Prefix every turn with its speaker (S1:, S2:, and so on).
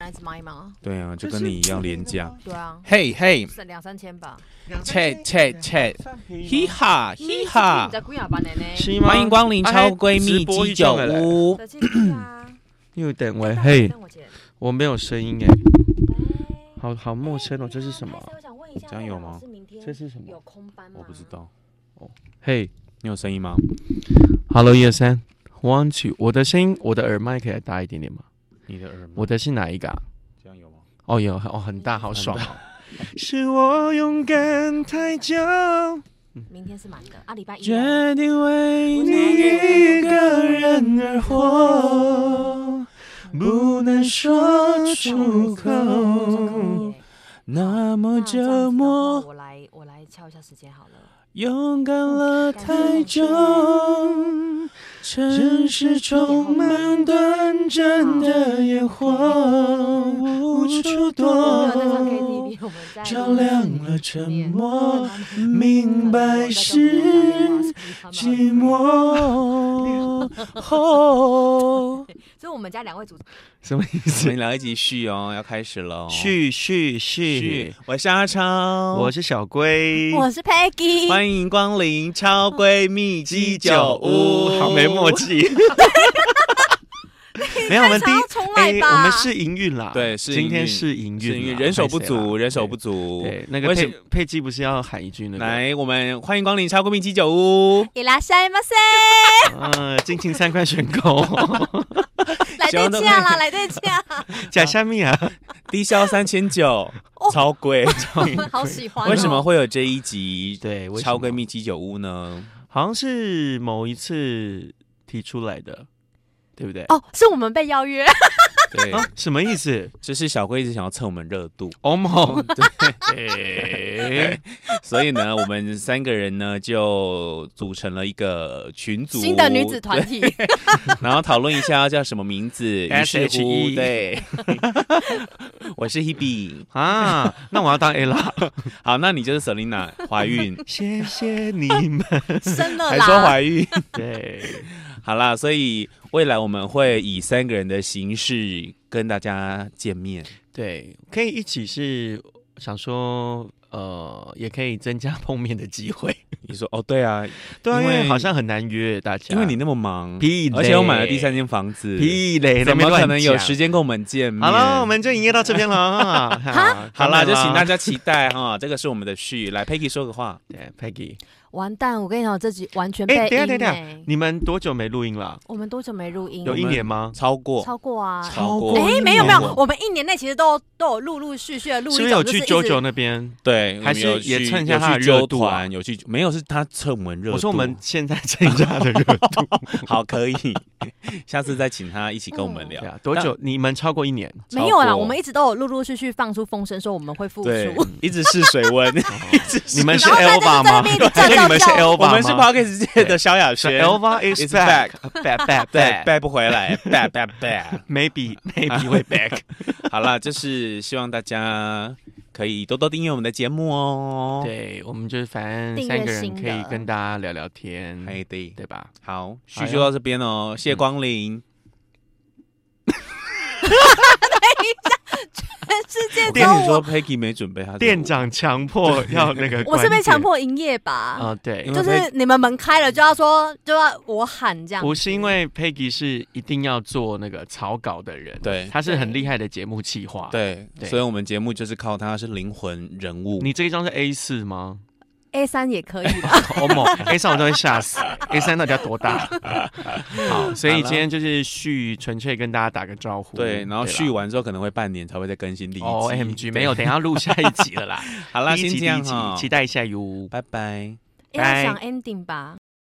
S1: 拿一支麦吗？
S2: 对啊，就跟你一样廉价。
S1: 对啊，
S3: 嘿嘿，
S1: 是两三千吧。
S4: 啊
S3: 切切切，嘻哈嘻哈
S1: 你，在贵阳办的呢？
S4: 是吗？
S3: 欢迎光临超闺
S4: 直
S3: 蜜
S4: 播
S3: 鸡
S4: 一种
S3: 酒
S4: 的嘞
S3: 屋。
S1: 再见啦。
S4: 又等喂，嘿，
S1: 让我姐
S4: 我没有声音哎，好好陌生哦，这是什么？
S1: 我想问一下，
S2: 这样有吗
S1: 老师明天
S4: 这是什么
S1: 有？空班吗？
S2: 我不知。道，
S4: 嘿
S2: 你有声音吗？
S4: ，Hello，一二三，One Two，我的声音，我的耳麦可以大一点点吗？
S2: 你的耳麦
S4: 我的是哪一个啊？
S2: 这样有吗？
S4: 哦，有，哦，很大，好爽
S2: 很
S4: 哦。是我勇敢太久，
S1: 明天是满的啊，礼拜一。
S4: 决定为
S1: 你
S4: 一个人而活，不能说出口，那
S1: 那
S4: 么
S1: 这样子的话
S4: 折磨。
S1: 我来，我来敲一下时间好了。
S4: 勇敢了太久，城市充满短暂的烟火，无
S1: 那
S4: 处
S1: 在唱
S4: 躲，
S1: KTV，我们在
S4: 照亮了沉默，明白是寂。寞。后
S1: 所以我们家两位主持
S4: 什么意
S2: 我？们来一集续哦，要开始了哦。
S4: 续续
S2: 续
S4: 续，，
S2: 我是阿超，
S4: 我是小龟，
S1: 人，我是 Peggy，
S2: 欢迎光临超闺蜜鸡酒屋，
S4: 好没默。契。没有，我们第一哎
S1: 要重来吧。
S4: 我们是营运啦，
S2: 对是营运
S4: 今天是营
S2: 是因为
S4: 运啦，
S2: 人手不
S4: 拍谁
S2: 足，
S4: 啦
S2: 人手不足。
S4: 对，那个
S2: 为什
S4: 佩
S2: 么
S4: 佩姬不是要喊一句那个，
S2: 来，我们欢迎光临超闺蜜鸡酒屋。
S1: 伊拉塞马塞，
S4: 呃，尽情三块选购，
S1: 来对呛啦，来对呛，
S4: 假虾米啊，
S2: 低消三千 九，
S4: 哦
S2: 超贵。
S1: 好喜欢哦。
S2: 为什么会有这一集
S4: 对，为什
S2: 超
S4: 么
S2: 闺蜜鸡酒屋 呢？
S4: 好像是某一次提出来的，对不对？
S1: 哦，是我们被邀约，
S2: 对，
S4: 啊，什么意思？哦
S2: 就是小龟一直想要蹭我们热度，
S4: 欧
S2: 哦
S4: 某，
S2: 对， 所以呢，我们三个人呢就组成了一个群组，
S1: 新的女子团体，
S2: 对，然后讨论一下要叫什么名 字。于是
S4: SHE
S2: 乎，对， 我是 Hebe，
S4: 啊， 那我要当 Ella，
S2: 好，那你就是 Selina 怀 孕，
S4: 谢谢你们，
S1: 生了
S2: 还说
S1: 啦。
S2: 怀孕，
S4: 对，
S2: 好啦，所以未来我们会以三个人的形式跟大家见面。
S4: 对，可以一起是想说。呃，也可以增加碰面的机会，
S2: 你说哦， 对啊，
S4: 对啊，因
S2: 因为
S4: 为好像很难约大家，
S2: 因为你那么忙，
S4: 屁嘞，
S2: 而且我买了第三间房子，
S4: 屁嘞，
S2: 怎
S4: 哎那边
S2: 么
S4: 乱
S2: 可能有
S4: 讲
S2: 时间跟我们见面？
S4: 好了，我们就营业到这 边了啊。哈
S2: 好啦，就请大
S4: 家
S2: 家期待 哈，这个是我们的序。来，Peggy 说个话，
S4: 对 Peggy。
S1: 完蛋，我跟你讲，这集完全被
S4: 哎，等一下等
S1: 阴
S4: 一下
S1: 欸，
S4: 你们多久没录音了？
S1: 我们多久没录音？
S4: 有一年吗？
S2: 超过
S1: 超过啊。
S2: 超
S4: 超过
S1: 哎，
S4: 一
S1: 没有没
S4: 年
S1: 有，我们一年内其实都都有陆陆续续的录一
S4: 是
S1: 种，
S4: 不是有
S1: 就
S4: 去
S1: 一直
S4: JoJo 那边？
S2: 对，
S4: 还是
S2: 我们有去
S4: 也蹭一下他的
S2: 有去
S4: 热度啊
S2: 纠团有去没有？是他蹭我们热度。
S4: 我说我们现在增加的热度，
S2: 好可以， 下次再请他一起跟我们聊
S4: 对。啊，多久？你们超过一年？
S1: 没有
S2: 超
S1: 啦，
S2: 过
S1: 我们一直都有陆陆续续放出风声说我们会复出，
S2: 对
S1: 然后，
S2: 一直试水温。
S4: 你们是
S1: 大家就在那
S4: Elva 吗？
S1: 边一
S4: 我
S1: 直 叫
S4: 说你
S1: 叫
S4: 们是
S1: 叫，
S2: 我
S4: Elva
S2: 们是
S4: 吗
S2: Podcast 界的萧亚轩，
S4: ？Elva is
S2: It's
S4: back, back, back,
S2: 对
S4: back,
S2: ，back 不回来，back back back。
S4: maybe, maybe 会 back。
S2: 好啦，就是希望大家可以多多订阅我们的节目哦。，
S4: 对，我们就是反正
S1: 订阅
S4: 三个人
S1: 新的
S4: 可以跟大家聊聊天，
S2: 哎对，
S4: 对吧？
S2: 好，
S4: 好
S2: 序
S4: 呀
S2: 就到这边哦，
S4: 嗯
S2: 谢谢光临。
S1: 世界只
S2: 跟
S1: 有
S2: 你说
S1: 我，
S2: ，Peggy 没准备，他就
S4: 哎啊店长强迫要那个，
S1: 我是被强迫营业吧？
S4: 啊，对，
S2: 因
S1: 就
S2: 为
S1: 是你们门开了就要说，就要我喊这样。
S4: 不是因为 Peggy 是一定要做那个草稿的人，
S2: 对
S4: 他是很厉害的节目企划。，
S2: 对，
S4: 对
S2: 所以我们节目就是靠他是灵魂人物。
S4: 你这一张是 A 四吗？
S1: A 三也可 以吧？
S4: 欧某 A 三我都会吓死，A 三到底要多大？好，所以今天就是续纯粹跟大家打个招呼，
S2: 对，然后
S4: 吧
S2: 续。完之后可能会半年才会再更新第一集。
S4: O 哦哎 M G，
S2: 对
S4: 没有，等一下录下一集了啦。
S2: 好啦，先
S4: 第一
S2: 这
S4: 集第一
S2: 样
S4: 集
S2: 哈，
S4: 期待一下哟。
S2: 拜拜。
S4: 哎
S1: 要想 ending 吧？